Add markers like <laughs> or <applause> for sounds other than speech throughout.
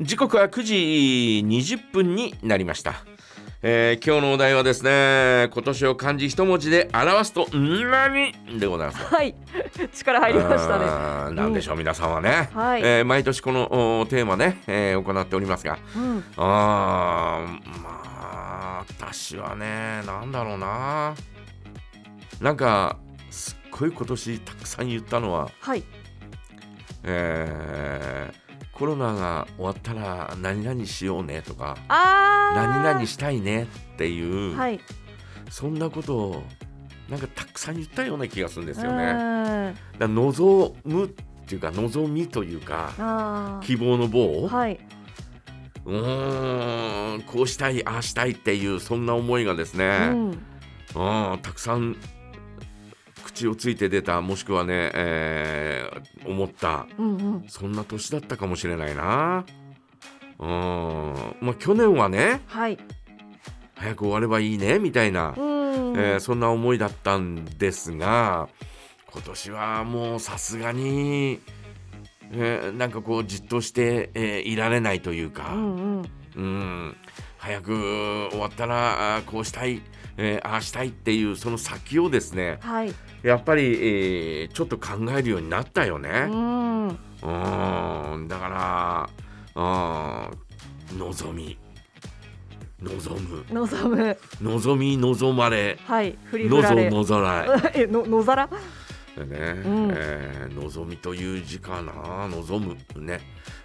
時刻は9時20分になりました、えー今日のお題はですね今年を漢字一文字で表すと何でございますはい、 <laughs> 力入りましたね。ねなんでしょう皆さんはね、はいえー毎年このおテーマね、えー行っておりますがうん、あーまあ私はねなんだろうななんかすっごい今年たくさん言ったのは、はい、えーコロナが終わったら何々しようねとかあ何あ、々したいねっていう、はい、そんなことをなんかたくさん言ったような気がするんですようね。んだ望むっていうか望みというかあ希望の棒、あ、はい、うーんこうしたいああしたいっていうそんな思いがですうね、ん、うん、たくさん口をついて出たもしくはね、えー思ったうん、うん、そんな年だったかもしれないな。うんまあ、去年はねはい、早く終わればいいねみたいな、うん、えーそんな思いだったんですが今年はもうさすがに、えーなんかこうじっとして、えーいられないというか。うん、うん、うん、早く終わったらあーこうしたい、えーああしたいっていうその先をですねはい、やっぱり、えーちょっと考えるようになったようね。ん、はうん、だからうん望み望むい望む、望み望まれはい、振り振ら望れ、のぞら <laughs> え、の、野皿、い、でねうんえー望みという字かな望むね、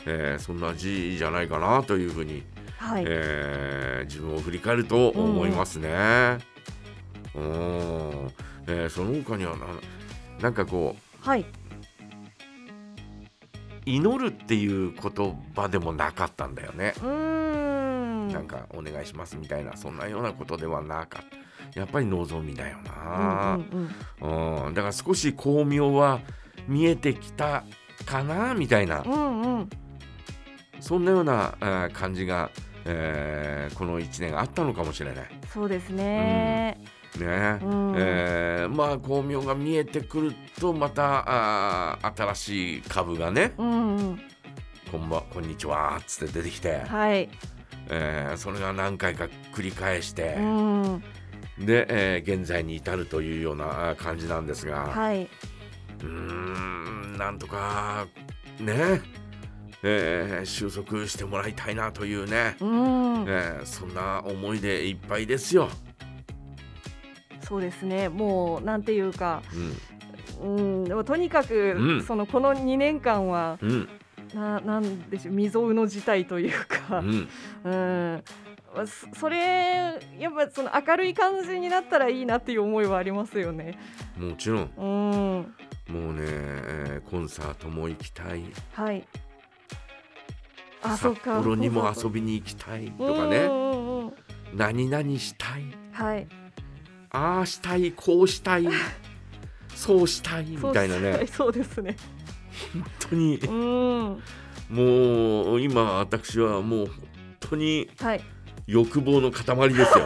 えーそんな字じゃないかなというふうにはい、えー自分を振り返ると思いますね。うん、えーその他にはななんかこうはい、祈るっていう言葉でもなかったんだよね。うん、なんかお願いしますみたいなそんなようなことではなかった。やっぱり望みだよな。うん、うん、うん、だから少し巧妙は見えてきたかなみたいなう。ん、うん、うん、そんなようなえー感じが、えーこの1年あったのかもしれない。そうですね。ね、うんえーまあ光明が見えてくるとまたあー新しい株がねうん、うん、 「こんばこんにちは」っつって出てきて、はい、えーそれが何回か繰り返してう、ん、で、えー現在に至るというようなあー感じなんですが、はい、うーんなんとかね、えー収束してもらいたいなというね、うん。えーそんな思いでいっぱいですよ。そうですね、もうなんていうか、ううん、でもとにかく、うんそのこの2年間は、ん、うん、ななんでしょう、未曾有の事態というかう、んうん、まあそそれ、やっぱその明るい感じになったらいいなっていう思いはありますよね。もちろんうん、もうね、えーコンサートも行きたいはい。あ、そっ札か。幌にも遊びびに行きたいとかね何々したいはい。ああしたいこうしたいそうしたいみそうたいなね。そうですね。本当にうん、もう今私はもう本当にはい。欲望の塊ですよ。い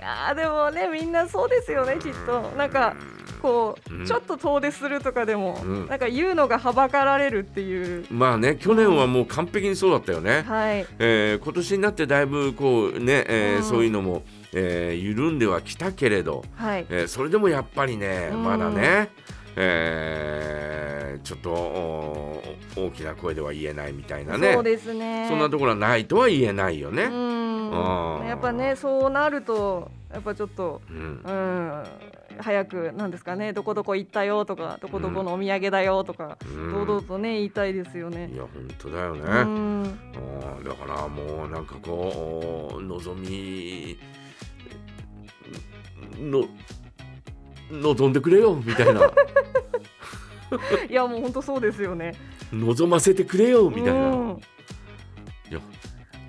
やーでもねみんなそうですよねきっとなんかこう、うんちょっと遠出するとかでも、うんなんか言うのがはばかられるっていうまあね去年はもう完璧にそうだったよね。はいえー今年になってだいぶこうね、えーうんそういうのも、えー緩んではきたけれど、はいえーそれでもやっぱりね、うんまだね、えーちょっとお大きな声では言えないみたいなねそうですねそんなところはないとは言えないよね。うんうんやっぱねそうなるとやっぱちょっとうんうん早くなんですかねどこどこ行ったよとかどこどこのお土産だよとか、うん堂々とね言いたいですよねいや本当だよね、うんうんだからもうなんかこう望みの望んでくれよみた <laughs> いないやもう本当そうですよね望ませてくれよみたいな、うんいや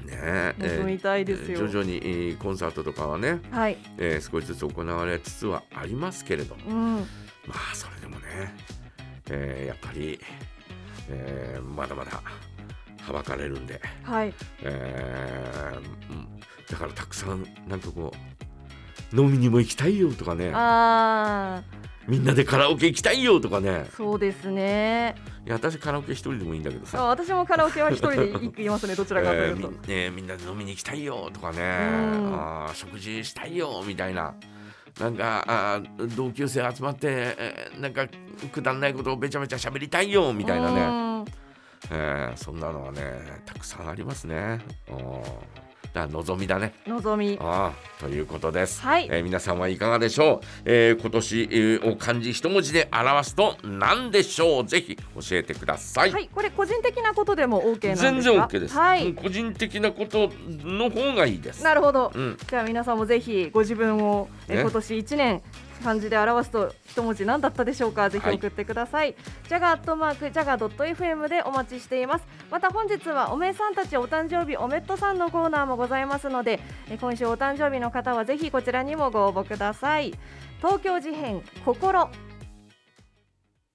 ねえ望みたいですよ徐々にえーコンサートとかはね、はいえー少しずつ行われつつはありますけれどもうんまあそれでもね、えーやっぱり、えーまだまだはばかれるんで、はいえーうんだからたくさんなんかこう飲みにも行きたいよとかねああみんなでカラオケ行きたいよとかねそうですねいや私カラオケ一人でもいいんだけどあさ、私もカラオケは一人で行きますねどちらかといえーうみと、ねみんなで飲みに行きたいよとかねんあー食事したいよみたいな。なんかあー同級生集まって、えーなんかくだらないことをべちゃべちゃ喋りたいよみたいなね、ねえーそんなのはねたくさんありますね。うんだから望みだね。望みああということです。はいえー皆さんはいかがでしょう、えー今年、えーを漢字一文字で表すと何でしょうぜひ教えてください。はいこれ個人的なことでも OK なん全ですか然 OK です、はうんい個人的なことの方がいいです。なるほど、うんじゃあ皆さんもぜひご自分を、えね今年1年漢字で表すと一文字何だったでしょうかぜひはい送ってください、ジャガーアットマークジャガー .fm でお待ちしていますまた本日はおめえさんたちお誕生日おめっとさんのコーナーもございますのでえ今週お誕生日の方はぜひこちらにもご応募ください東京事変心